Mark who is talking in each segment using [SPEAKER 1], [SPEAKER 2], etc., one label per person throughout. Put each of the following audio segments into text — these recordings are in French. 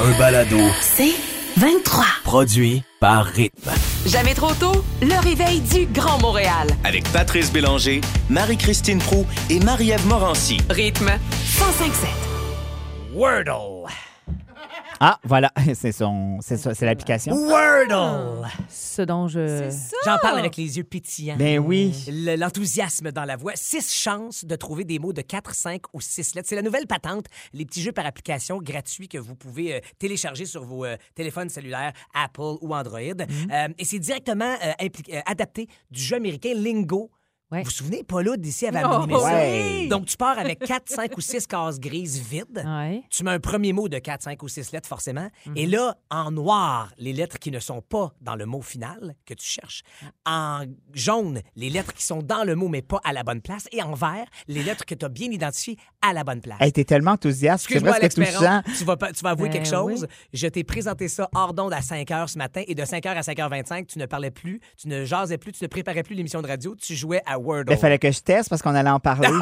[SPEAKER 1] Un balado
[SPEAKER 2] C'est 23.
[SPEAKER 1] produit par Rythme.
[SPEAKER 2] Jamais trop tôt, le réveil du Grand Montréal.
[SPEAKER 3] avec Patrice Bélanger, Marie-Christine Prou et Marie-Ève Morancy.
[SPEAKER 2] Rythme 1057.
[SPEAKER 4] Wordle.
[SPEAKER 5] Ah, voilà, c'est son, c'est ça, c'est l'application.
[SPEAKER 4] Wordle.
[SPEAKER 6] ce dont je.
[SPEAKER 4] J'en parle avec les yeux pétillants.
[SPEAKER 5] Ben oui.
[SPEAKER 4] Le- L'enthousiasme dans la voix. Six chances de trouver des mots de 4, 5 ou 6 lettres. C'est la nouvelle patente, les petits jeux par application gratuits que vous pouvez euh, télécharger sur vos euh, téléphones cellulaires Apple ou Android. Euh, et c'est directement euh, impli- euh, adapté du jeu américain Lingo.
[SPEAKER 6] Ouais.
[SPEAKER 4] Vous vous souvenez, Paula, d'ici avait
[SPEAKER 6] Non.
[SPEAKER 4] animé ça.
[SPEAKER 5] Ouais.
[SPEAKER 4] Donc, tu pars avec 4, 5 ou 6 cases grises vides.
[SPEAKER 6] Ouais.
[SPEAKER 4] Tu mets un premier mot de 4, 5 ou 6 lettres, forcément. Et là, en noir, les lettres qui ne sont pas dans le mot final que tu cherches. En jaune, les lettres qui sont dans le mot, mais pas à la bonne place. Et en vert, les lettres que tu as bien identifiées à la bonne place.
[SPEAKER 5] Hey, t'es tellement enthousiaste. C'est
[SPEAKER 4] Excuse-moi,
[SPEAKER 5] presque
[SPEAKER 4] Alex Perron,
[SPEAKER 5] touchant.
[SPEAKER 4] tu vas, pas- tu vas avouer
[SPEAKER 6] Ben
[SPEAKER 4] quelque
[SPEAKER 6] oui.
[SPEAKER 4] chose. Je t'ai présenté ça hors d'onde à 5 h ce matin et de 5 h à 5 h 25, tu ne parlais plus, tu ne jasais plus, tu ne préparais plus l'émission de radio, tu jouais à Wordle.
[SPEAKER 5] Il Ben, fallait que je teste parce qu'on allait en parler.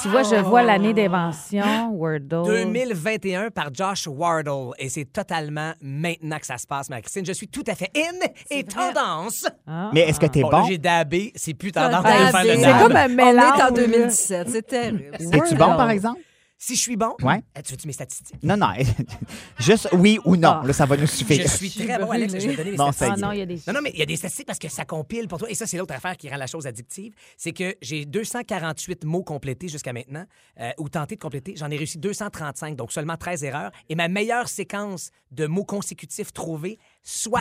[SPEAKER 6] Tu vois, je vois l'année d'invention,
[SPEAKER 5] Oh.
[SPEAKER 6] Wordle.
[SPEAKER 4] 2021 par Josh Wardle. Et c'est totalement maintenant que ça se passe, Marie-Christine. Je suis tout à fait in et tendance.
[SPEAKER 6] Ah,
[SPEAKER 5] Mais est-ce que t'es
[SPEAKER 4] Bon, là,
[SPEAKER 5] bon?
[SPEAKER 4] j'ai dabé. C'est plus tendance de faire le
[SPEAKER 7] C'est
[SPEAKER 4] dab.
[SPEAKER 7] comme un mélange.
[SPEAKER 6] mélange.
[SPEAKER 7] On est en 2017, c'est terrible.
[SPEAKER 5] Es-tu bon, par exemple?
[SPEAKER 4] Si je suis bon,
[SPEAKER 5] Ouais.
[SPEAKER 4] euh, tu veux-tu mes statistiques?
[SPEAKER 5] Non, non. Juste oui ou non.
[SPEAKER 6] Ah.
[SPEAKER 5] Là, ça va nous
[SPEAKER 4] Je
[SPEAKER 5] suffire.
[SPEAKER 4] suis très bon, Alex. Je vais te donner mes
[SPEAKER 5] Bon,
[SPEAKER 4] statistiques.
[SPEAKER 5] ça
[SPEAKER 6] Ah
[SPEAKER 5] y
[SPEAKER 6] non,
[SPEAKER 5] est.
[SPEAKER 6] il y a des.
[SPEAKER 4] Non, non, mais il y a des statistiques parce que ça compile pour toi. Et ça, c'est l'autre affaire qui rend la chose addictive. C'est que j'ai 248 mots complétés jusqu'à maintenant, euh, ou tentés de compléter. J'en ai réussi 235, donc seulement 13 erreurs. Et ma meilleure séquence de mots consécutifs trouvés,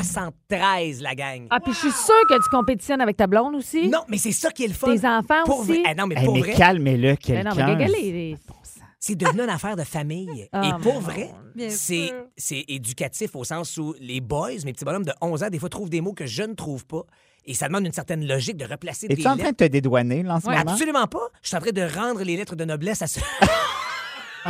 [SPEAKER 4] 73, la gang.
[SPEAKER 6] Ah, puis je suis sûre que tu compétitionnes avec ta blonde aussi.
[SPEAKER 4] Non, mais c'est ça qui est le fun.
[SPEAKER 6] Tes enfants
[SPEAKER 4] Pour
[SPEAKER 6] aussi?
[SPEAKER 4] vrai- Eh non, mais
[SPEAKER 5] Hey,
[SPEAKER 4] pour
[SPEAKER 5] mais
[SPEAKER 4] vrai,
[SPEAKER 5] calmez-le,
[SPEAKER 6] Mais non, mais
[SPEAKER 5] quelqu'un.
[SPEAKER 6] gueulez, les-
[SPEAKER 4] c'est devenu une affaire de famille.
[SPEAKER 6] Ah,
[SPEAKER 4] Et pour
[SPEAKER 6] mon
[SPEAKER 4] vrai,
[SPEAKER 7] Bien
[SPEAKER 4] c'est
[SPEAKER 7] sûr.
[SPEAKER 4] c'est éducatif au sens où les boys, mes petits bonhommes de 11 ans, des fois trouvent des mots que je ne trouve pas. Et ça demande une certaine logique de replacer des
[SPEAKER 5] Es-tu en
[SPEAKER 4] lettres.
[SPEAKER 5] train de te dédouaner, là, en ce moment?
[SPEAKER 4] Absolument pas. Je suis en train de rendre les lettres de noblesse à ce...
[SPEAKER 6] Oh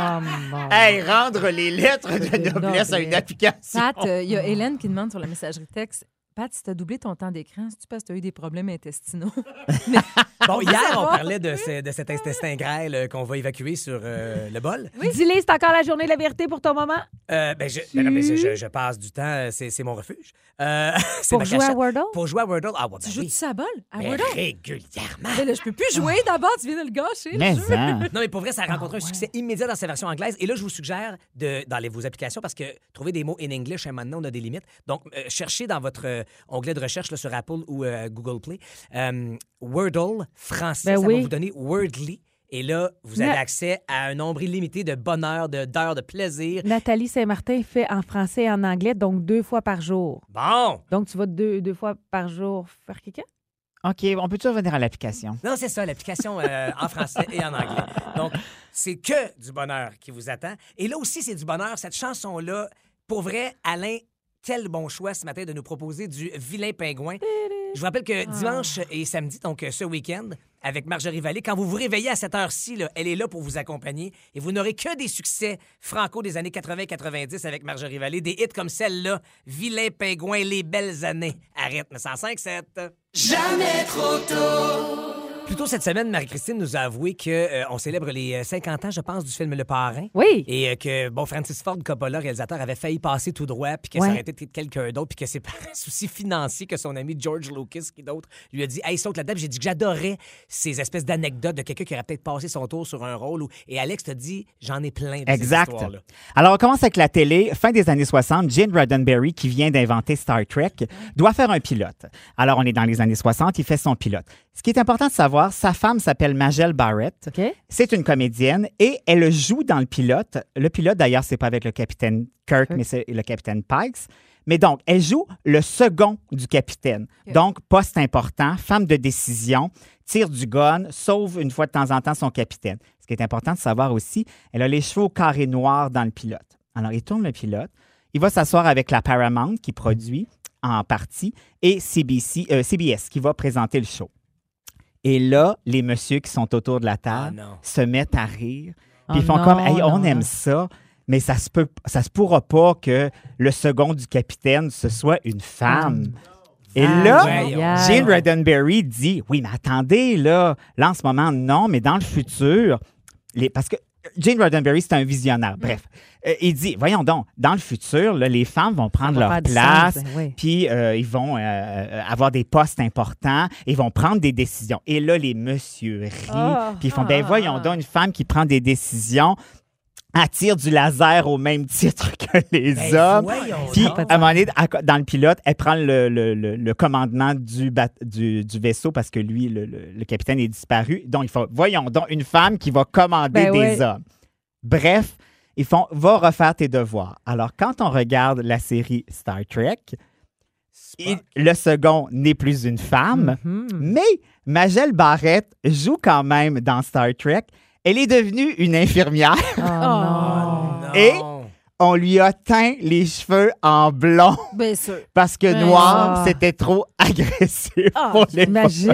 [SPEAKER 6] mon.
[SPEAKER 5] Hey, rendre les lettres de
[SPEAKER 6] Des
[SPEAKER 5] noblesse à une
[SPEAKER 6] noblesse.
[SPEAKER 5] application.
[SPEAKER 7] Pat, euh, il y a Hélène qui demande sur la messagerie texte. Pat, si t'as doublé ton temps d'écran, c'est-tu parce que t'as eu des problèmes intestinaux?
[SPEAKER 4] Bon, hier, on parlait de, ce- de cet intestin grêle euh, qu'on va évacuer sur euh, le bol.
[SPEAKER 6] Dis-les, c'est encore la journée de la vérité pour ton moment.
[SPEAKER 4] Euh, ben, je, ben non, mais je, je- je passe du temps, euh, c'est c'est mon refuge. Euh, c'est
[SPEAKER 6] Pour
[SPEAKER 4] ma
[SPEAKER 6] jouer à
[SPEAKER 4] cachette.
[SPEAKER 6] Wordle?
[SPEAKER 4] Pour jouer à Wordle. Ah, ouais, ben
[SPEAKER 7] tu joues-tu
[SPEAKER 4] oui.
[SPEAKER 7] ça à bol?
[SPEAKER 8] Ah,
[SPEAKER 7] À
[SPEAKER 4] Ben,
[SPEAKER 7] Wordle?
[SPEAKER 4] régulièrement.
[SPEAKER 7] Mais là, je peux plus jouer d'abord, tu viens de le gâcher. le
[SPEAKER 5] Mais
[SPEAKER 7] jeu.
[SPEAKER 5] hein.
[SPEAKER 4] Non, mais pour vrai, ça a
[SPEAKER 6] Ah,
[SPEAKER 4] rencontré un succès immédiat dans sa version anglaise. Et là, je vous suggère de- d'aller vos applications parce que trouver des mots in English, hein, maintenant, on a des limites. Donc, euh, cherchez dans votre euh, onglet de recherche là, sur Apple ou euh, Google Play euh, Wordle français.
[SPEAKER 6] Ben
[SPEAKER 4] ça
[SPEAKER 6] oui.
[SPEAKER 4] va vous donner Wordly. Et là, vous
[SPEAKER 6] Mais-
[SPEAKER 4] avez accès à un nombre illimité de bonheur, de- d'heures de, plaisir.
[SPEAKER 6] Nathalie Saint-Martin fait en français et en anglais, donc deux fois par jour.
[SPEAKER 4] Bon!
[SPEAKER 6] Donc, tu vas deux, deux fois par jour faire quelqu'un?
[SPEAKER 5] OK, on peut-tu revenir à l'application?
[SPEAKER 4] Non, c'est ça, l'application euh, en français et en anglais. Donc, c'est que du bonheur qui vous attend. Et là aussi, c'est du bonheur. Cette chanson-là, pour vrai, Alain, tel bon choix ce matin de nous proposer du vilain pingouin. Je vous rappelle que dimanche et samedi, donc euh, ce week-end, avec Marjorie Vallée, quand vous vous réveillez à cette heure-ci, là, elle est là pour vous accompagner et vous n'aurez que des succès franco des années 80-90 avec Marjorie Vallée, des hits comme celle-là, Vilain pingouin, les belles années. Arrête, mais 105-7. Plus tôt cette semaine, Marie-Christine nous a avoué que euh, on célèbre les euh, 50 ans, je pense, du film Le Parrain.
[SPEAKER 6] Oui.
[SPEAKER 4] Et euh, que, bon, Francis Ford Coppola, réalisateur, avait failli passer tout droit, puis que
[SPEAKER 6] Ouais.
[SPEAKER 4] ça aurait été quelqu'un d'autre, puis que c'est par un souci financier que son ami George Lucas, qui d'autre, lui a dit Hey, saute la table. J'ai dit que j'adorais ces espèces d'anecdotes de quelqu'un qui aurait peut-être passé son tour sur un rôle. ou- Et Alex t'a dit J'en ai plein de
[SPEAKER 5] Exact.
[SPEAKER 4] ces histoires-là.
[SPEAKER 5] Alors, on commence avec la télé. Fin des années 60, Gene Roddenberry, qui vient d'inventer Star Trek, doit faire un pilote. Alors, on est dans les années 60, il fait son pilote. Ce qui est important de savoir, sa femme s'appelle Magelle Barrett.
[SPEAKER 6] OK.
[SPEAKER 5] C'est une comédienne et elle joue dans le pilote. Le pilote, d'ailleurs, c'est pas avec le capitaine Kirk, mais c'est le capitaine Pikes. Mais donc, elle joue le second du capitaine. Donc, poste important, femme de décision, tire du gun, sauve une fois de temps en temps son capitaine. Ce qui est important de savoir aussi, elle a les cheveux au carré noir dans le pilote. Alors, il tourne le pilote. Il va s'asseoir avec la Paramount qui produit en partie et CBC, euh, CBS qui va présenter le show. Et là, les messieurs qui sont autour de la table
[SPEAKER 4] Ah non.
[SPEAKER 5] se mettent à rire.
[SPEAKER 6] Oh
[SPEAKER 5] Puis ils font
[SPEAKER 6] non,
[SPEAKER 5] comme, Hey, on
[SPEAKER 6] non,
[SPEAKER 5] aime
[SPEAKER 6] non.
[SPEAKER 5] ça, mais ça se peut, ça se pourra pas que le second du capitaine ce soit une femme. Et
[SPEAKER 6] Ah,
[SPEAKER 5] là,
[SPEAKER 4] voyons.
[SPEAKER 5] Oh, Gene Roddenberry dit, oui, mais attendez là, là en ce moment non, mais dans le futur, les, parce que Gene Roddenberry, c'est un visionnaire.
[SPEAKER 6] Mm.
[SPEAKER 5] Bref, Euh, il dit, voyons donc, dans le futur, là, les femmes vont prendre
[SPEAKER 6] va
[SPEAKER 5] leur
[SPEAKER 6] faire du
[SPEAKER 5] place,
[SPEAKER 6] sens, ben oui.
[SPEAKER 5] puis euh, ils vont euh, euh, avoir des postes importants, ils vont prendre des décisions. Et là, les messieurs rient,
[SPEAKER 6] Ah.
[SPEAKER 5] puis ils font, ben voyons donc, une femme qui prend des décisions attire du laser au même titre que les
[SPEAKER 4] Ben,
[SPEAKER 5] hommes.
[SPEAKER 4] voyons
[SPEAKER 5] Puis,
[SPEAKER 4] donc.
[SPEAKER 5] à un moment donné, à co- dans le pilote, elle prend le, le- le- le commandement du, bat- du, du vaisseau parce que lui, le, le- le capitaine, est disparu. Donc, il faut, voyons, donc une femme qui va commander
[SPEAKER 6] Ben
[SPEAKER 5] des
[SPEAKER 6] ouais.
[SPEAKER 5] hommes. Bref, ils font, va refaire tes devoirs. Alors, quand on regarde la série Star Trek, il- le second n'est plus une femme,
[SPEAKER 6] Mm-hmm.
[SPEAKER 5] mais Magelle Barrette joue quand même dans Star Trek. Elle est devenue une infirmière.
[SPEAKER 6] Oh, non.
[SPEAKER 7] Ah,
[SPEAKER 4] Non.
[SPEAKER 5] Et- On lui a teint les cheveux en blond.
[SPEAKER 7] Bien sûr.
[SPEAKER 5] Parce que
[SPEAKER 7] Ben,
[SPEAKER 5] noir,
[SPEAKER 6] ah.
[SPEAKER 5] c'était trop agressif
[SPEAKER 7] Ah,
[SPEAKER 5] pour les
[SPEAKER 6] Imagine!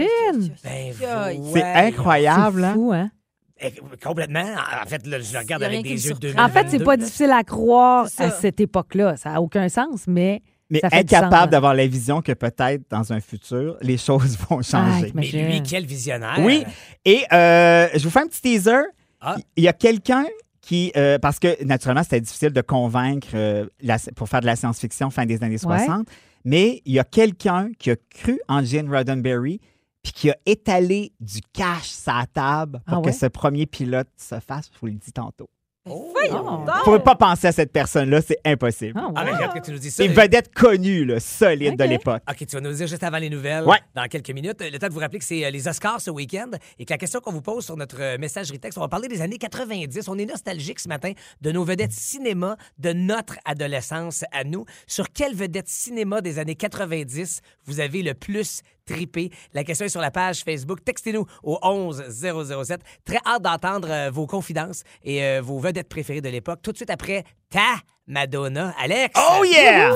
[SPEAKER 4] Ben,
[SPEAKER 7] C'est
[SPEAKER 5] C'est
[SPEAKER 4] voyons.
[SPEAKER 5] incroyable.
[SPEAKER 6] C'est
[SPEAKER 5] hein?
[SPEAKER 6] fou, hein?
[SPEAKER 4] Eh, Complètement. En fait, là, je le regarde
[SPEAKER 7] Y a rien
[SPEAKER 4] avec
[SPEAKER 7] qui me
[SPEAKER 4] des yeux de
[SPEAKER 7] surprend.
[SPEAKER 4] 2022.
[SPEAKER 6] En fait, c'est pas difficile à croire
[SPEAKER 7] C'est
[SPEAKER 6] à
[SPEAKER 7] ça.
[SPEAKER 6] cette époque-là. Ça n'a aucun sens, mais.
[SPEAKER 5] Mais
[SPEAKER 6] ça fait
[SPEAKER 5] être
[SPEAKER 6] du sens,
[SPEAKER 5] capable
[SPEAKER 6] hein.
[SPEAKER 5] d'avoir la vision que peut-être dans un futur, les choses vont changer.
[SPEAKER 6] Ah,
[SPEAKER 4] Mais lui,
[SPEAKER 6] Imagine.
[SPEAKER 4] quel visionnaire.
[SPEAKER 5] oui. Et euh, je vous fais un petit teaser.
[SPEAKER 4] Ah.
[SPEAKER 5] Il y a quelqu'un qui, euh, parce que naturellement, c'était difficile de convaincre euh, la- pour faire de la science-fiction fin des années 60, mais il y a quelqu'un qui a cru en Gene Roddenberry puis qui a étalé du cash sa table pour
[SPEAKER 6] Ah
[SPEAKER 5] que
[SPEAKER 6] ouais?
[SPEAKER 5] ce premier pilote se fasse, je vous le dis tantôt.
[SPEAKER 4] Oh.
[SPEAKER 6] Voyons
[SPEAKER 5] Vous pouvez pas penser à cette personne-là, c'est impossible.
[SPEAKER 6] Ah, ouais.
[SPEAKER 4] Ah, mais regarde que tu nous dis ça.
[SPEAKER 5] C'est une vedette connue, là, solide de
[SPEAKER 6] Ok.
[SPEAKER 5] l'époque.
[SPEAKER 4] OK, tu vas nous le dire juste avant les nouvelles,
[SPEAKER 5] Ouais.
[SPEAKER 4] dans quelques minutes. Le temps de vous rappeler que c'est euh, les Oscars ce week-end et que la question qu'on vous pose sur notre euh, messagerie texte, on va parler des années 90. On est nostalgique ce matin de nos vedettes cinéma de notre adolescence à nous. Sur quelle vedette cinéma des années 90 vous avez le plus tripé? La question est sur la page Facebook. Textez-nous au 11 007. Très hâte d'entendre euh, vos confidences et euh, vos vedettes préférées de l'époque. Tout de suite après, ta Madonna. Alex!
[SPEAKER 5] Oh yeah!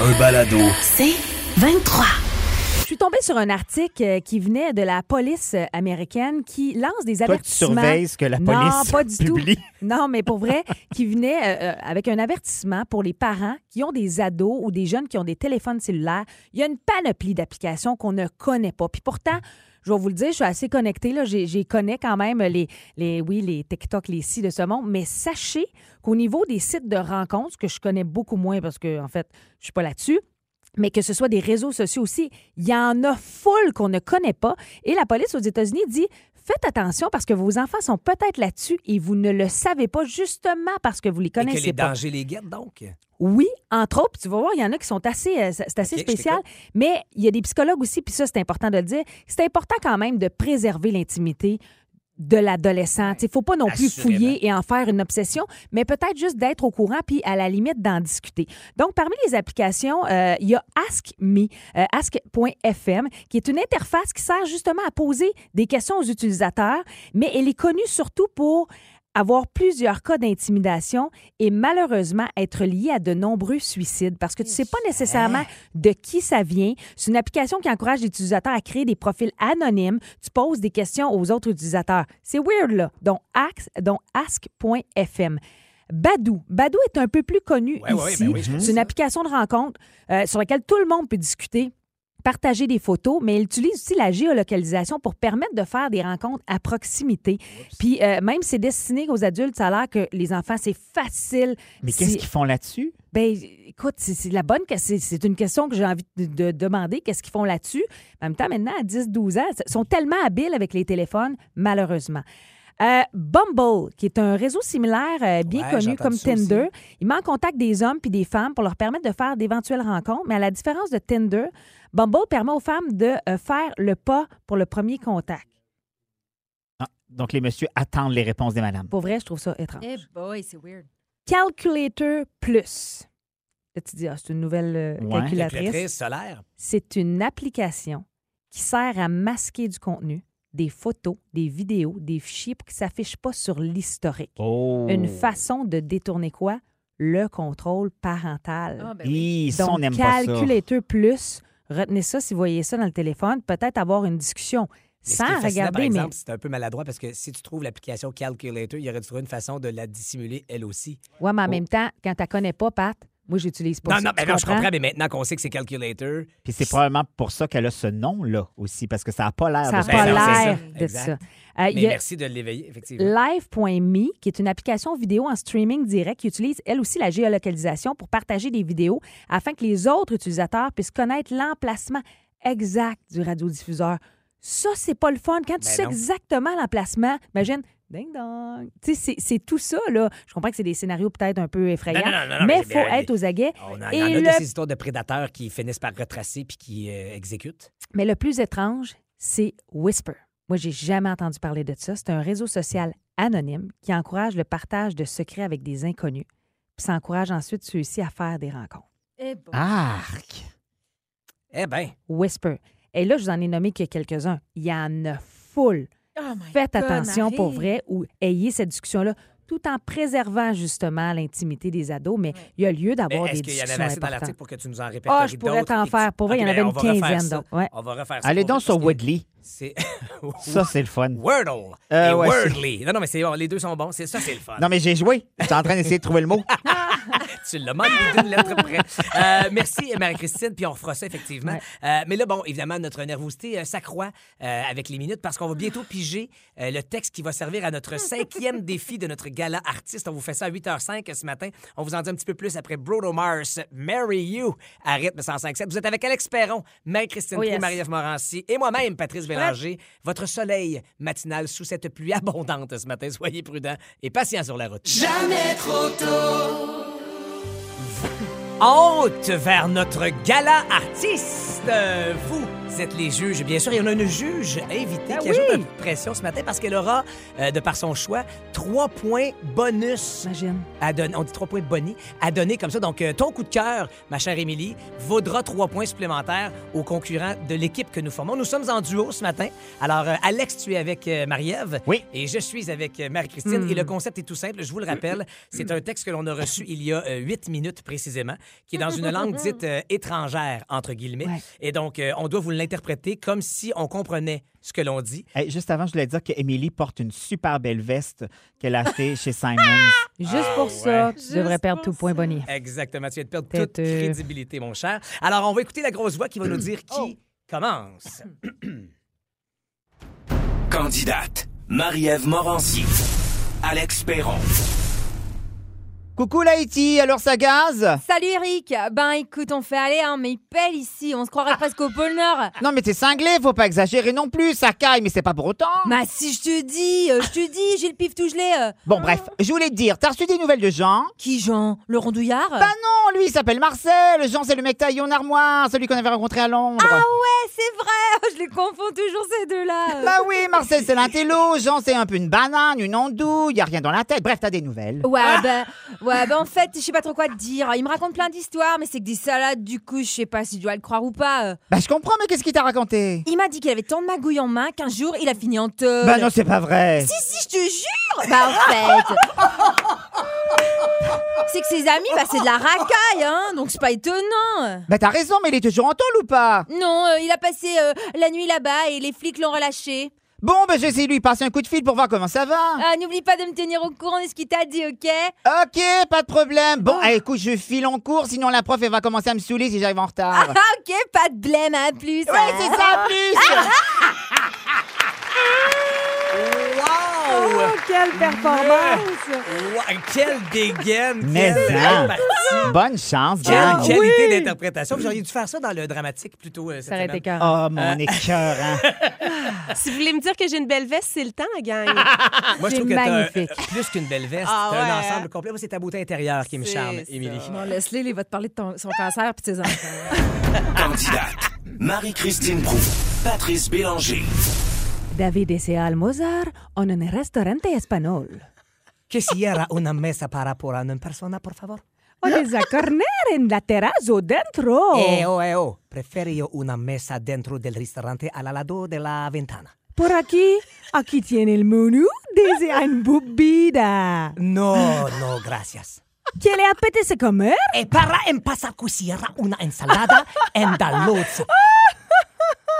[SPEAKER 1] Un balado.
[SPEAKER 9] C'est 23.
[SPEAKER 6] Je suis tombée sur un article euh, qui venait de la police euh, américaine qui lance des
[SPEAKER 5] Toi, tu
[SPEAKER 6] avertissements.
[SPEAKER 5] surveilles ce que la
[SPEAKER 6] Non,
[SPEAKER 5] police
[SPEAKER 6] pas du tout.
[SPEAKER 5] publie.
[SPEAKER 6] Non, mais pour vrai, qui venait euh, euh, avec un avertissement pour les parents qui ont des ados ou des jeunes qui ont des téléphones cellulaires. Il y a une panoplie d'applications qu'on ne connaît pas. Puis pourtant, je vais vous le dire, je suis assez connectée. Là. J'ai, j'y connais quand même les, les, oui, les TikTok, les sites de ce monde. Mais sachez qu'au niveau des sites de rencontres, que je connais beaucoup moins parce que, en fait, je suis pas là-dessus, mais que ce soit des réseaux sociaux aussi, il y en a full qu'on ne connaît pas. Et la police aux États-Unis dit faites attention parce que vos enfants sont peut-être là-dessus et vous ne le savez pas justement parce que vous les
[SPEAKER 4] Et que
[SPEAKER 6] connaissez
[SPEAKER 4] les
[SPEAKER 6] pas.
[SPEAKER 4] dangers les guettent, donc.
[SPEAKER 6] Oui, entre autres, puis tu vas voir, il y en a qui sont assez, euh, c'est c'est assez
[SPEAKER 4] Ok, je
[SPEAKER 6] spécial. Mais il y a des psychologues aussi, puis ça, c'est important de le dire. C'est important quand même de préserver l'intimité de l'adolescent. Il ne faut pas non plus
[SPEAKER 4] Assurément.
[SPEAKER 6] fouiller et en faire une obsession, mais peut-être juste d'être au courant puis à la limite d'en discuter. Donc, parmi les applications, euh, il y a Ask Me, euh, ask.fm, qui est une interface qui sert justement à poser des questions aux utilisateurs, mais elle est connue surtout pour avoir plusieurs cas d'intimidation et malheureusement être lié à de nombreux suicides parce que tu sais pas nécessairement
[SPEAKER 4] hein?
[SPEAKER 6] de qui ça vient. C'est une application qui encourage les utilisateurs à créer des profils anonymes. Tu poses des questions aux autres utilisateurs. C'est weird là. Donc ask, donc ask.fm. Badou. Badou est un peu plus connu
[SPEAKER 4] Ouais, ouais,
[SPEAKER 6] ici.
[SPEAKER 4] ben
[SPEAKER 5] Mmh.
[SPEAKER 4] oui, je connais
[SPEAKER 5] Mhm.
[SPEAKER 6] C'est une application de rencontre euh, sur laquelle tout le monde peut discuter partager des photos, mais elle utilise aussi la géolocalisation pour permettre de faire des rencontres à proximité. Puis euh, même c'est destiné aux adultes, ça a l'air que les enfants, c'est facile.
[SPEAKER 5] Mais
[SPEAKER 6] Si-
[SPEAKER 5] qu'est-ce qu'ils font là-dessus?
[SPEAKER 6] ben, écoute, c'est c'est la bonne que- c'est- C'est une question que j'ai envie de, de demander. Qu'est-ce qu'ils font là-dessus? En même temps, maintenant, à 10-12 ans, ils sont tellement habiles avec les téléphones, malheureusement. Euh, Bumble, qui est un réseau similaire, euh, bien
[SPEAKER 4] Ouais, j'ai
[SPEAKER 6] connu
[SPEAKER 4] entendu
[SPEAKER 6] comme
[SPEAKER 4] ça aussi.
[SPEAKER 6] Tinder, il met en contact des hommes puis des femmes pour leur permettre de faire d'éventuelles rencontres. Mais à la différence de Tinder, Bumble permet aux femmes de euh, faire le pas pour le premier contact.
[SPEAKER 5] Ah, donc, les messieurs attendent les réponses des madames.
[SPEAKER 6] Pour vrai, je trouve ça étrange.
[SPEAKER 7] Eh boy, c'est weird.
[SPEAKER 6] Calculator Plus. Là, tu dis, ah, c'est une nouvelle euh,
[SPEAKER 5] Ouais.
[SPEAKER 6] calculatrice.
[SPEAKER 4] Calculatrice solaire.
[SPEAKER 6] C'est une application qui sert à masquer du contenu, des photos, des vidéos, des fichiers pour qu'ils ne s'affichent pas sur l'historique.
[SPEAKER 5] Oh!
[SPEAKER 6] Une façon de détourner quoi? Le contrôle parental.
[SPEAKER 7] Ah, ben oui.
[SPEAKER 5] Hi, ça,
[SPEAKER 6] Donc,
[SPEAKER 5] on n'aime pas ça.
[SPEAKER 6] calculateur plus, retenez ça si vous voyez ça dans le téléphone, peut-être avoir une discussion
[SPEAKER 4] Mais ce qui est
[SPEAKER 6] sans
[SPEAKER 4] fascinant,
[SPEAKER 6] regarder,
[SPEAKER 4] Par
[SPEAKER 6] mais
[SPEAKER 4] exemple, c'est un peu maladroit parce que si tu trouves l'application Calculator, il y aurait trouvé une façon de la dissimuler elle aussi.
[SPEAKER 6] Ouais, mais en même temps, quand tu ne connais pas, Pat, Moi, j'utilise pas
[SPEAKER 4] Non,
[SPEAKER 6] ça.
[SPEAKER 4] non,
[SPEAKER 6] Tu
[SPEAKER 4] ben non, je
[SPEAKER 6] comprends?
[SPEAKER 4] comprends, mais maintenant qu'on sait que c'est
[SPEAKER 6] Euh,
[SPEAKER 4] calculator,
[SPEAKER 5] Puis c'est probablement pour ça qu'elle a ce nom-là aussi, parce que ça n'a pas l'air
[SPEAKER 6] Ça n'a
[SPEAKER 5] de
[SPEAKER 4] Ben
[SPEAKER 6] pas
[SPEAKER 4] non, c'est
[SPEAKER 6] l'air
[SPEAKER 4] ça.
[SPEAKER 6] de
[SPEAKER 4] Exact.
[SPEAKER 6] ça. Euh,
[SPEAKER 4] mais
[SPEAKER 6] il y a-
[SPEAKER 4] merci de l'éveiller, effectivement.
[SPEAKER 6] Live.me, qui est une application vidéo en streaming direct qui utilise elle aussi la géolocalisation pour partager des vidéos afin que les autres utilisateurs puissent connaître l'emplacement exact du radiodiffuseur. Ça, c'est pas le fun. Quand tu
[SPEAKER 4] Ben
[SPEAKER 6] sais
[SPEAKER 4] non.
[SPEAKER 6] exactement l'emplacement, imagine, ding dong. Tu sais, c'est- c'est tout ça, là. Je comprends que c'est des scénarios peut-être un peu effrayants,
[SPEAKER 4] Non, non, non, non, non,
[SPEAKER 6] mais
[SPEAKER 4] mais
[SPEAKER 6] il faut
[SPEAKER 4] bien,
[SPEAKER 6] être aux aguets.
[SPEAKER 4] On a,
[SPEAKER 6] Et
[SPEAKER 4] Oh, il y en a
[SPEAKER 6] le-
[SPEAKER 4] de ces histoires de prédateurs qui finissent par retracer puis qui euh, exécutent.
[SPEAKER 6] Mais le plus étrange, c'est Whisper. Moi, j'ai jamais entendu parler de ça. C'est un réseau social anonyme qui encourage le partage de secrets avec des inconnus, puis ça encourage ensuite ceux-ci à faire des rencontres.
[SPEAKER 7] Eh bon.
[SPEAKER 5] hein? Arc!
[SPEAKER 4] Eh bien,
[SPEAKER 6] Whisper. Et là, je vous en ai nommé que quelques-uns. Il y en a full.
[SPEAKER 7] Oh my
[SPEAKER 6] Faites
[SPEAKER 7] God,
[SPEAKER 6] attention
[SPEAKER 7] Marie.
[SPEAKER 6] pour vrai ou ayez cette discussion-là tout en préservant justement l'intimité des ados, mais il y a lieu d'avoir des
[SPEAKER 4] est-ce qu'il y en
[SPEAKER 6] discussions
[SPEAKER 4] avait assez dans l'article
[SPEAKER 6] importantes.
[SPEAKER 4] pour que tu nous en répètes
[SPEAKER 6] Ah, je pourrais t'en faire. Pour vrai, il y en
[SPEAKER 4] ben,
[SPEAKER 6] avait une quinzaine. Donc, ouais.
[SPEAKER 4] On va refaire ça.
[SPEAKER 5] Allez
[SPEAKER 4] pour
[SPEAKER 5] donc
[SPEAKER 4] vrai,
[SPEAKER 5] sur
[SPEAKER 4] parce que
[SPEAKER 5] Woodley.
[SPEAKER 4] C'est
[SPEAKER 5] Ça, c'est le fun.
[SPEAKER 4] Wordle
[SPEAKER 5] Euh,
[SPEAKER 4] et
[SPEAKER 5] ouais, c'est-
[SPEAKER 4] Wordly. Non, non, mais c'est bon, les deux sont bons. C'est ça, c'est le fun.
[SPEAKER 5] Non, mais j'ai joué. J'étais en train d'essayer de trouver le mot.
[SPEAKER 4] Tu l'as manqué d'une lettre près. Euh, merci, Marie-Christine, puis on refera ça, effectivement. Euh, mais là, bon, évidemment, notre nervosité euh, s'accroît euh, avec les minutes parce qu'on va bientôt piger euh, le texte qui va servir à notre cinquième défi de notre gala artiste. On vous fait ça à 8h05 ce matin. On vous en dit un petit peu plus après Bruno Mars, Marry You, à rythme 105.7. Vous êtes avec Alex Perron, Marie-Christine
[SPEAKER 6] Oh, yes.
[SPEAKER 4] Prou, Marie-Ève Morancy et moi-même, Patrice Bélanger. Votre soleil matinal sous cette pluie abondante ce matin. Soyez prudents et patients sur la route. En route vers notre gala artiste. Euh, Vous êtes les juges, bien sûr. Il y en a une juge invitée qui ajoute un peu de pression ce matin parce qu'elle aura, euh, de par son choix, trois points bonus
[SPEAKER 6] Imagine.
[SPEAKER 4] à donner. On dit trois points bonus à donner comme ça. Donc, euh, ton coup de cœur, ma chère Émilie, vaudra trois points supplémentaires aux concurrents de l'équipe que nous formons. Nous sommes en duo ce matin. Alors, euh, Alex, tu es avec euh, Marie-Ève.
[SPEAKER 5] Oui.
[SPEAKER 4] Et je suis avec euh, Marie-Christine. Et le concept est tout simple. Je vous le rappelle, c'est un texte que l'on a reçu il y a euh, huit minutes précisément, qui est dans une langue dite euh, étrangère, entre guillemets.
[SPEAKER 6] Ouais.
[SPEAKER 4] Et donc, euh, on doit vous l'interpréter comme si on comprenait ce que l'on dit.
[SPEAKER 5] Hey, juste avant, je voulais dire qu'Émilie porte une super belle veste qu'elle a achetée chez Simons.
[SPEAKER 4] Ah,
[SPEAKER 6] Juste pour ça, tu devrais perdre tout point Bonnie.
[SPEAKER 4] Exactement. Tu viens de perdre
[SPEAKER 6] Têteux.
[SPEAKER 4] toute crédibilité, mon cher. Alors, on va écouter la grosse voix qui va nous dire qui commence.
[SPEAKER 3] Candidate Marie-Ève Morancy. Alex Perron.
[SPEAKER 5] Coucou, Laïti! Alors, ça gaz?
[SPEAKER 8] Salut Eric Ben écoute, on fait aller, hein, mais il pèle ici, on se croirait presque au pôle Nord
[SPEAKER 7] Ah.
[SPEAKER 5] Non, mais t'es cinglé, faut pas exagérer non plus. Ça caille, mais c'est pas pour autant.
[SPEAKER 8] Bah si je te dis, euh, je te dis, j'ai le pif tout gelé euh.
[SPEAKER 5] Bon, bref, je voulais te dire, t'as reçu des nouvelles de Jean?
[SPEAKER 8] Qui Jean Le rondouillard euh,
[SPEAKER 5] Bah non, lui, il s'appelle Marcel. Jean, c'est le mec taillé en armoire, celui qu'on avait rencontré à Londres.
[SPEAKER 8] Ouais, c'est vrai Je les confonds toujours ces deux-là euh.
[SPEAKER 5] Bah oui, Marcel, c'est l'intello. Jean, c'est un peu une banane, une andouille. Y a rien dans la tête. Bref, t'as des nouvelles.
[SPEAKER 8] Ouais, ben, ouais, ben en fait, je sais pas trop quoi te dire. Il me raconte plein d'histoires, mais c'est que des salades, du coup, je sais pas si je dois le croire ou pas. euh.
[SPEAKER 5] Bah, je comprends, mais qu'est-ce qu'il t'a raconté?
[SPEAKER 8] Il m'a dit qu'il avait tant de magouilles en main qu'un jour, il a fini en tôle.
[SPEAKER 5] Bah non, c'est pas vrai.
[SPEAKER 8] Euh, Si, si, je te jure Bah, en fait... C'est que ses amis, bah, c'est de la racaille, hein Donc, c'est pas étonnant
[SPEAKER 5] Bah t'as raison, mais il est toujours en tôle ou pas?
[SPEAKER 8] Non, euh, il a passé euh, la nuit là-bas et les flics l'ont relâché.
[SPEAKER 5] Bon, bah, je vais essayer de lui passer un coup de fil pour voir comment ça va.
[SPEAKER 8] Ah, n'oublie pas de me tenir au courant de ce qu'il t'a dit, ok
[SPEAKER 5] Ok, pas de problème. Bon, ah, écoute, je file en cours, sinon la prof, elle va commencer à me saouler si j'arrive en retard.
[SPEAKER 8] Ah, ok, pas de blême, à plus hein.
[SPEAKER 5] Ouais, c'est ça, plus!
[SPEAKER 4] Wow!
[SPEAKER 6] Oh, quelle performance!
[SPEAKER 4] Wow! Quelle dégaine!
[SPEAKER 5] Mais
[SPEAKER 4] quelle
[SPEAKER 5] hein. Ah,
[SPEAKER 4] partie,
[SPEAKER 5] Bonne chance,
[SPEAKER 4] Quelle
[SPEAKER 5] gang.
[SPEAKER 4] qualité d'interprétation! Vous auriez dû faire ça dans le dramatique plutôt euh, cette
[SPEAKER 6] Ça aurait été
[SPEAKER 4] semaine.
[SPEAKER 6] cœur.
[SPEAKER 5] Oh, mon écœur, hein.
[SPEAKER 10] Si vous voulez me dire que j'ai une belle veste, c'est le temps, gang.
[SPEAKER 4] Moi, je
[SPEAKER 6] C'est
[SPEAKER 4] trouve que t'as, euh,
[SPEAKER 6] magnifique.
[SPEAKER 4] plus qu'une belle veste,
[SPEAKER 10] Ah
[SPEAKER 4] t'as un
[SPEAKER 10] ouais,
[SPEAKER 4] ensemble
[SPEAKER 10] hein?
[SPEAKER 4] complet. Moi, c'est ta beauté intérieure qui me
[SPEAKER 10] C'est
[SPEAKER 4] charme,
[SPEAKER 10] ça.
[SPEAKER 4] Émilie.
[SPEAKER 7] Bon, laisse-les, il va te parler de ton- son cancer puis de ses enfants.
[SPEAKER 3] Candidate Marie-Christine Prou. Patrice Bélanger.
[SPEAKER 6] David S.A. Almozar en un restaurante espagnol.
[SPEAKER 4] Qu'est-ce qu'il y a una mesa par rapport a une persona, por favor?
[SPEAKER 6] O desacorner en la terrazzo dentro.
[SPEAKER 4] Eh oh, eh oh. Preferio una mesa dentro del ristorante al lado de la ventana.
[SPEAKER 6] Por aquí, aquí tiene el menú desde un bebida.
[SPEAKER 4] No, no, gracias.
[SPEAKER 6] ¿Qué le apetece comer?
[SPEAKER 4] E para empezar quisiera una ensalada en andaluz.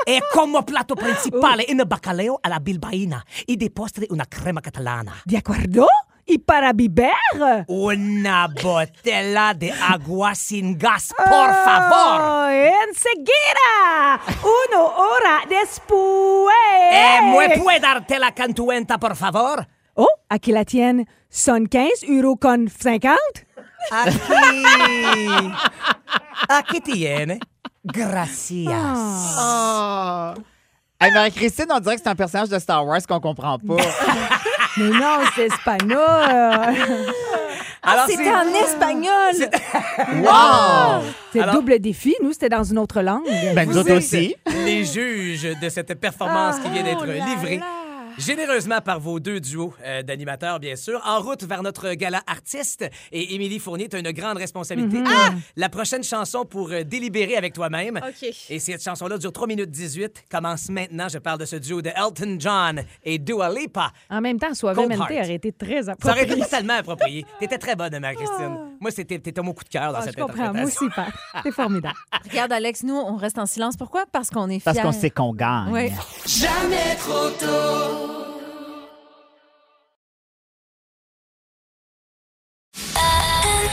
[SPEAKER 4] E como plato principale un bacalao alla bilbaína y de postre una crema catalana.
[SPEAKER 6] De acuerdo, Iparabibère?
[SPEAKER 4] Una botella de agua sin gas, por favor.
[SPEAKER 6] Oh, en seguida! Uno hora después!
[SPEAKER 4] Eh, ¿Me puede darte la cantuenta, por favor?
[SPEAKER 6] Oh, à qui la tienne? Son 15, euro con 50?
[SPEAKER 4] Aquí. Aquí tiene.
[SPEAKER 6] Ah,
[SPEAKER 4] Gracias.
[SPEAKER 5] Hey, Marie-Christine, on dirait que c'est un personnage de Star Wars qu'on comprend pas.
[SPEAKER 6] Mais non, c'est espagnol!
[SPEAKER 4] Alors,
[SPEAKER 8] C'était en espagnol.
[SPEAKER 5] wow!
[SPEAKER 6] C'est
[SPEAKER 4] Alors-
[SPEAKER 6] double défi. Nous, c'était dans une autre langue.
[SPEAKER 5] Ben, nous
[SPEAKER 4] Vous
[SPEAKER 5] autres
[SPEAKER 4] êtes
[SPEAKER 5] aussi.
[SPEAKER 4] Les juges de cette performance qui
[SPEAKER 6] Oh
[SPEAKER 4] vient d'être livrée. Généreusement par vos deux duos euh, d'animateurs, bien sûr, en route vers notre gala artiste. Et Émilie Fournier, tu as une grande responsabilité.
[SPEAKER 6] Mhm.
[SPEAKER 4] Ah! La prochaine chanson pour euh, délibérer avec toi-même.
[SPEAKER 10] OK.
[SPEAKER 4] Et cette chanson-là dure 3 minutes 18. Commence maintenant. Je parle de ce duo de Elton John et Dua Lipa.
[SPEAKER 6] En même temps, Suave
[SPEAKER 4] Cold
[SPEAKER 6] MNT
[SPEAKER 4] Heart.
[SPEAKER 6] aurait été très
[SPEAKER 4] Ça aurait été
[SPEAKER 6] approprié.
[SPEAKER 4] totalement approprié. T'étais très bonne, Marie-Christine. Moi, c'était t'étais mon coup de cœur dans
[SPEAKER 6] Ah, je
[SPEAKER 4] cette
[SPEAKER 6] comprends. Moi
[SPEAKER 4] interprétation.
[SPEAKER 6] aussi, pas. C'est formidable.
[SPEAKER 7] Regarde, Alex, nous, on reste en silence. Pourquoi? Parce qu'on est fiers.
[SPEAKER 5] Parce qu'on sait qu'on gagne.
[SPEAKER 7] Oui.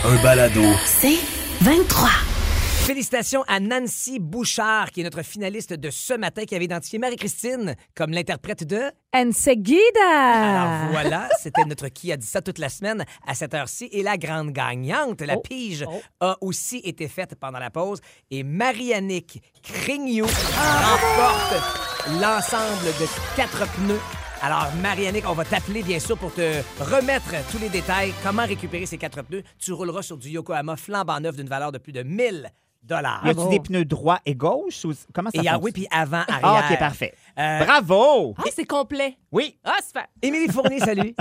[SPEAKER 1] un balado,
[SPEAKER 9] C'est 23.
[SPEAKER 4] Félicitations à Nancy Bouchard, qui est notre finaliste de ce matin, qui avait identifié Marie-Christine comme l'interprète de...
[SPEAKER 6] En seguida!
[SPEAKER 4] Alors voilà, c'était notre qui a dit ça toute la semaine à cette heure-ci. Et la grande gagnante, la pige, a aussi été faite pendant la pause. Et Mariannick Crignou remporte l'ensemble de quatre pneus. Alors, Mariannick, on va t'appeler, bien sûr, pour te remettre tous les détails. Comment récupérer ces quatre pneus? Tu rouleras sur du Yokohama flambant neuf d'une valeur de plus de 1000 dollars.
[SPEAKER 5] Y a-tu des pneus droits et gauche? Ou... Comment ça
[SPEAKER 4] Et ah
[SPEAKER 5] fonctionne?
[SPEAKER 4] oui, puis avant, arrière.
[SPEAKER 5] Ah, OK, parfait.
[SPEAKER 4] Euh,
[SPEAKER 5] Bravo!
[SPEAKER 10] Ah, c'est complet.
[SPEAKER 5] Oui.
[SPEAKER 10] Ah, super.
[SPEAKER 4] Émilie Fournier, salut. salut.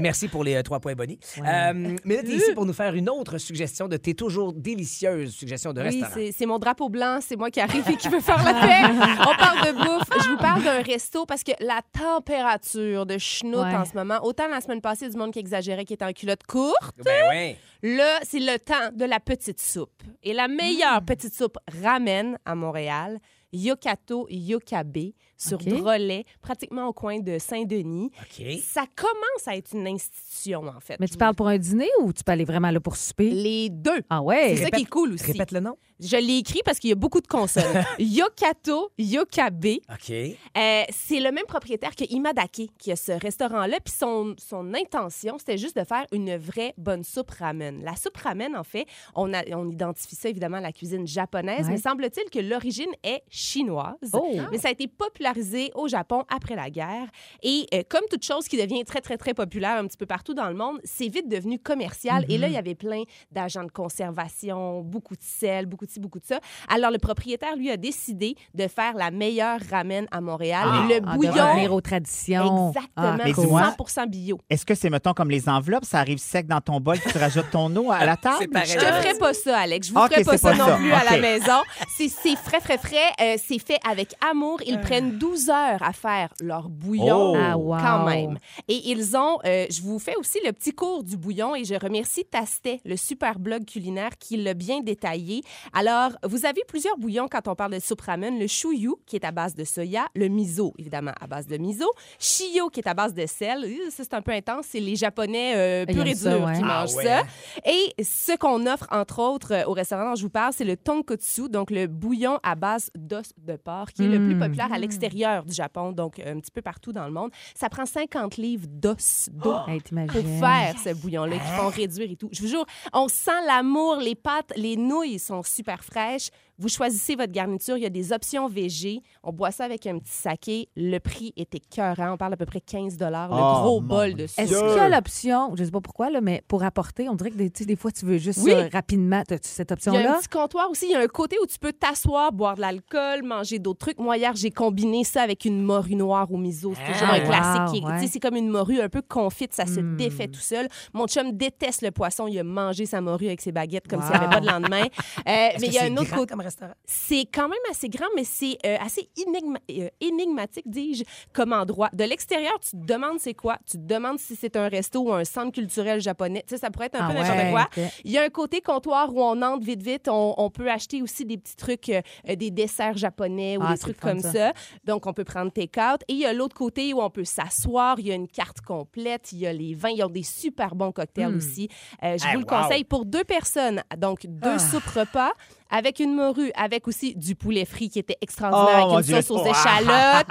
[SPEAKER 4] Merci pour les euh, trois points bonnies. Euh, mais là, t'es ici pour nous faire une autre suggestion de tes toujours délicieuses suggestions de
[SPEAKER 10] Oui,
[SPEAKER 4] restaurant.
[SPEAKER 10] c'est- c'est mon drapeau blanc, c'est moi qui arrive et qui veut faire la paix. On parle de bouffe, je vous parle d'un resto parce que la température de schnout
[SPEAKER 6] Ouais.
[SPEAKER 10] en ce moment, autant la semaine passée du monde qui exagérait qui était en culotte courte,
[SPEAKER 4] ben oui.
[SPEAKER 10] là, c'est le temps de la petite soupe. Et la meilleure
[SPEAKER 6] Mm.
[SPEAKER 10] petite soupe ramen à Montréal, Yokato Yokabe sur
[SPEAKER 6] OK.
[SPEAKER 10] Drolet, pratiquement au coin de Saint-Denis.
[SPEAKER 4] OK.
[SPEAKER 10] Ça commence à être une institution en fait.
[SPEAKER 6] Mais tu parles pour un dîner ou tu peux aller vraiment là pour souper?
[SPEAKER 10] les deux.
[SPEAKER 6] Ah
[SPEAKER 10] C'est
[SPEAKER 6] ouais?
[SPEAKER 10] ça qui est cool aussi.
[SPEAKER 4] Répète le nom.
[SPEAKER 10] Je l'ai écrit parce qu'il y a beaucoup de consonnes. Yokato, Yokabe.
[SPEAKER 4] OK.
[SPEAKER 10] Euh, c'est le même propriétaire que Imadaki qui a ce restaurant-là. Puis son, son intention, c'était juste de faire une vraie bonne soupe ramen. La soupe ramen, en fait, on, a- on identifie ça évidemment à la cuisine japonaise,
[SPEAKER 6] Ouais.
[SPEAKER 10] mais semble-t-il que l'origine est chinoise.
[SPEAKER 6] Oh.
[SPEAKER 10] Mais ça a été popularisé au Japon après la guerre. Et euh, comme toute chose qui devient très, très, très populaire un petit peu partout dans le monde, c'est vite devenu commercial. Et là, il y avait plein d'agents de conservation, beaucoup de sel, beaucoup de ci, beaucoup de ça. Alors, le propriétaire, lui, a décidé de faire la meilleure ramen à Montréal.
[SPEAKER 5] Ah,
[SPEAKER 10] le
[SPEAKER 6] Ah, de
[SPEAKER 10] bouillon.
[SPEAKER 6] revenir aux traditions. Ah,
[SPEAKER 10] Exactement,
[SPEAKER 5] mais
[SPEAKER 6] cool.
[SPEAKER 5] dis-moi-
[SPEAKER 10] 100 bio.
[SPEAKER 5] Est-ce que c'est, mettons, comme les enveloppes, ça arrive sec dans ton bol, puis tu rajoutes ton eau à la table?
[SPEAKER 4] Euh, C'est pareil.
[SPEAKER 10] Je te ferai pas ça, Alex. Je vous
[SPEAKER 5] Ok,
[SPEAKER 10] ferai pas
[SPEAKER 5] c'est
[SPEAKER 10] ça
[SPEAKER 5] pas
[SPEAKER 10] non
[SPEAKER 5] ça.
[SPEAKER 10] plus à la
[SPEAKER 5] Ok.
[SPEAKER 10] maison. C'est c'est frais, frais, frais. Euh, c'est fait avec amour. Ils prennent 12 heures à faire leur bouillon.
[SPEAKER 5] Oh.
[SPEAKER 6] Euh. Ah, wow.
[SPEAKER 10] Quand même. Et ils ont, euh, je vous fais aussi le petit cours du bouillon et je remercie Tastet, le super blog culinaire qui l'a bien détaillé. Alors, vous avez plusieurs bouillons quand on parle de soupe ramen. Le chouyu, qui est à base de soya. Le miso, évidemment, à base de miso. Shio, qui est à base de sel. Euh, Ça, c'est un peu intense. C'est les Japonais euh,
[SPEAKER 6] Ils
[SPEAKER 10] purs et
[SPEAKER 6] aiment ça,
[SPEAKER 10] durs
[SPEAKER 6] ouais.
[SPEAKER 10] qui
[SPEAKER 4] Ah
[SPEAKER 10] mangent
[SPEAKER 4] ouais,
[SPEAKER 10] ça.
[SPEAKER 4] hein?
[SPEAKER 10] Et ce qu'on offre, entre autres, euh, au restaurant dont je vous parle, c'est le tonkotsu, donc le bouillon à base d'os de porc, qui est le plus
[SPEAKER 6] Mm.
[SPEAKER 10] populaire à l'extérieur du Japon, donc euh, un petit peu partout dans le monde. Ça prend 50 livres d'os d'eau.
[SPEAKER 5] Oh,
[SPEAKER 6] Hey,
[SPEAKER 10] Pour
[SPEAKER 6] t'imagines.
[SPEAKER 10] faire ce bouillon-là,
[SPEAKER 5] Hein?
[SPEAKER 10] qu'ils font réduire et tout. Je vous jure, on sent l'amour, les pâtes, les nouilles sont super fraîches. Vous choisissez votre garniture, il y a des options végé. On boit ça avec un petit saké. Le prix est écœurant. On parle à peu près 15 le
[SPEAKER 5] Oh,
[SPEAKER 10] gros
[SPEAKER 5] mon
[SPEAKER 10] bol de
[SPEAKER 6] Est-ce
[SPEAKER 10] soupe.
[SPEAKER 6] qu'il y a l'option, je sais pas pourquoi, là, mais pour apporter, on dirait que des, tu sais, des fois, tu veux juste
[SPEAKER 10] Oui.
[SPEAKER 6] ça rapidement. T'as-tu cette
[SPEAKER 10] Il y a un
[SPEAKER 6] option-là?
[SPEAKER 10] petit comptoir aussi. Il y a un côté où tu peux t'asseoir, boire de l'alcool, manger d'autres trucs. Moi, hier, j'ai combiné ça avec une morue noire au miso. C'est toujours
[SPEAKER 4] Ah,
[SPEAKER 10] un
[SPEAKER 4] wow,
[SPEAKER 10] classique. qui est-
[SPEAKER 6] ouais.
[SPEAKER 10] tu sais, C'est comme une morue un peu confite. Ça se
[SPEAKER 6] Hmm.
[SPEAKER 10] défait tout seul. Mon chum déteste le poisson. Il a mangé sa morue avec ses baguettes comme s'il
[SPEAKER 6] Wow.
[SPEAKER 10] n'y avait pas de lendemain. Euh, mais
[SPEAKER 4] Est-ce
[SPEAKER 10] il
[SPEAKER 4] que
[SPEAKER 10] y a
[SPEAKER 4] c'est
[SPEAKER 10] un autre
[SPEAKER 4] grand
[SPEAKER 10] côté.
[SPEAKER 4] comme restaurant?
[SPEAKER 10] C'est quand même assez grand, mais c'est euh, assez énigma- euh, énigmatique, dis-je, comme endroit. De l'extérieur, tu te demandes c'est quoi. Tu te demandes si c'est un resto ou un centre culturel japonais. Tu sais, ça pourrait être un
[SPEAKER 4] Ah
[SPEAKER 6] Ah
[SPEAKER 10] peu n'importe quoi. Il y a un côté comptoir où on entre vite, vite. On, on peut acheter aussi des petits trucs, euh, euh, des desserts japonais ou
[SPEAKER 7] Ah,
[SPEAKER 10] des
[SPEAKER 7] c'est
[SPEAKER 10] trucs
[SPEAKER 7] le fun,
[SPEAKER 10] comme
[SPEAKER 7] ça.
[SPEAKER 10] ça. Donc, on peut prendre take-out. Et il y a l'autre côté où on peut s'asseoir. Il y a une carte complète. Il y a les vins. Ils ont des super bons cocktails aussi. Euh, je
[SPEAKER 4] Hey,
[SPEAKER 10] vous le
[SPEAKER 4] wow.
[SPEAKER 10] conseille pour deux personnes. Donc, deux soupes repas avec une morue, avec aussi du poulet frit qui était
[SPEAKER 5] Oh,
[SPEAKER 10] extraordinaire,
[SPEAKER 5] mon
[SPEAKER 10] avec une
[SPEAKER 5] Dieu.
[SPEAKER 10] sauce aux échalotes,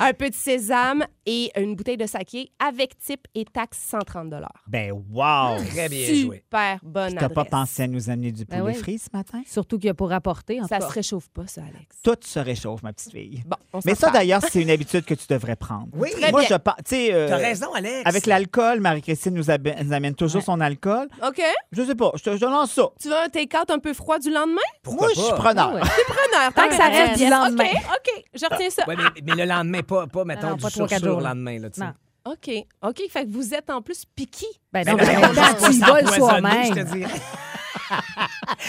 [SPEAKER 10] un peu de sésame et une bouteille de saké avec type et taxe 130
[SPEAKER 5] Ben, wow!
[SPEAKER 4] Très bien joué.
[SPEAKER 10] Super bonne
[SPEAKER 5] T'as
[SPEAKER 10] adresse.
[SPEAKER 5] pas pensé à nous amener du poulet
[SPEAKER 6] Ben oui.
[SPEAKER 5] frit ce matin?
[SPEAKER 6] Surtout qu'il y a pour apporter, en
[SPEAKER 10] Ça
[SPEAKER 6] tout
[SPEAKER 10] se
[SPEAKER 6] cas.
[SPEAKER 10] réchauffe pas, ça, Alex.
[SPEAKER 5] Tout se réchauffe, ma petite fille.
[SPEAKER 10] Bon, on
[SPEAKER 5] Mais
[SPEAKER 10] s'en
[SPEAKER 5] ça,
[SPEAKER 10] parle.
[SPEAKER 5] d'ailleurs, c'est une habitude que tu devrais prendre.
[SPEAKER 4] Oui.
[SPEAKER 10] Très
[SPEAKER 5] Moi,
[SPEAKER 10] bien.
[SPEAKER 5] je pense. Tu sais, euh,
[SPEAKER 4] T'as raison, Alex.
[SPEAKER 5] avec l'alcool, Marie-Christine nous, ab- nous amène toujours son alcool.
[SPEAKER 10] OK?
[SPEAKER 5] Je sais pas, je te je te lance ça.
[SPEAKER 10] Tu veux un take-out un peu froid du lendemain?
[SPEAKER 4] Pourquoi
[SPEAKER 5] Moi, je suis
[SPEAKER 4] pas?
[SPEAKER 5] preneur.
[SPEAKER 10] Preneur.
[SPEAKER 6] Tant que ça
[SPEAKER 10] preneur.
[SPEAKER 6] reste du
[SPEAKER 10] Yes,
[SPEAKER 6] lendemain.
[SPEAKER 10] OK, OK. Je retiens ça.
[SPEAKER 4] Ouais, mais, mais le lendemain, pas, pas mettons,
[SPEAKER 6] Non,
[SPEAKER 4] du
[SPEAKER 6] pas trois, quatre
[SPEAKER 4] sur-sur
[SPEAKER 6] jours.
[SPEAKER 4] lendemain. Là, tu sais.
[SPEAKER 6] Non.
[SPEAKER 10] OK, OK. Fait que vous êtes en plus piqué.
[SPEAKER 6] Ben,
[SPEAKER 4] Ben,
[SPEAKER 6] non,
[SPEAKER 4] ben,
[SPEAKER 6] mais
[SPEAKER 4] on
[SPEAKER 6] attends,
[SPEAKER 4] va
[SPEAKER 6] tu y vas le
[SPEAKER 4] s'empoisonner, je
[SPEAKER 6] soir-même.
[SPEAKER 4] te dirais.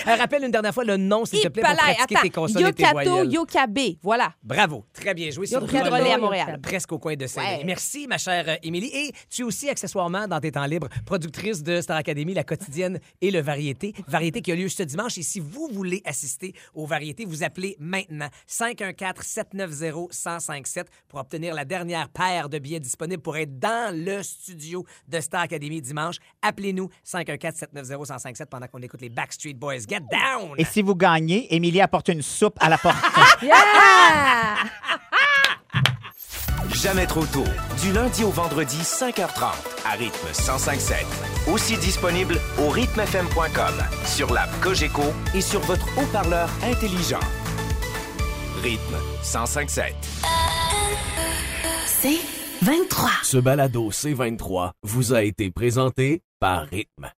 [SPEAKER 4] Euh, Rappelle une dernière fois le nom, s'il te plaît, pour
[SPEAKER 10] Hippalaï.
[SPEAKER 4] pratiquer tes
[SPEAKER 10] Attends,
[SPEAKER 4] consonnes et tes
[SPEAKER 10] Yokato,
[SPEAKER 4] voyelles.
[SPEAKER 10] Yokabe. Voilà.
[SPEAKER 4] Bravo. Très bien joué. C'est
[SPEAKER 10] Yokato,
[SPEAKER 4] le relais
[SPEAKER 10] à Montréal.
[SPEAKER 4] Presque au coin de saint
[SPEAKER 10] Ouais.
[SPEAKER 4] Merci, ma chère euh, Émilie. Et tu es aussi, accessoirement, dans tes temps libres, productrice de Star Academy, la quotidienne et le variété. Variété qui a lieu ce dimanche. Et si vous voulez assister aux variétés, vous appelez maintenant 514-790-1057 pour obtenir la dernière paire de billets disponibles pour être dans le studio de Star Academy dimanche. Appelez-nous 514-790-1057 pendant qu'on écoute les Backstreet Boys. Get down!
[SPEAKER 5] Et si vous gagnez, Émilie apporte une soupe à la porte.
[SPEAKER 3] Jamais trop tôt. Du lundi au vendredi, 5h30, à rythme 105.7. Aussi disponible au rythmefm.com, sur l'app Cogeco et sur votre haut-parleur intelligent. Rythme 105.7.
[SPEAKER 9] C'est 23.
[SPEAKER 1] Ce balado C23 vous a été présenté par Rythme.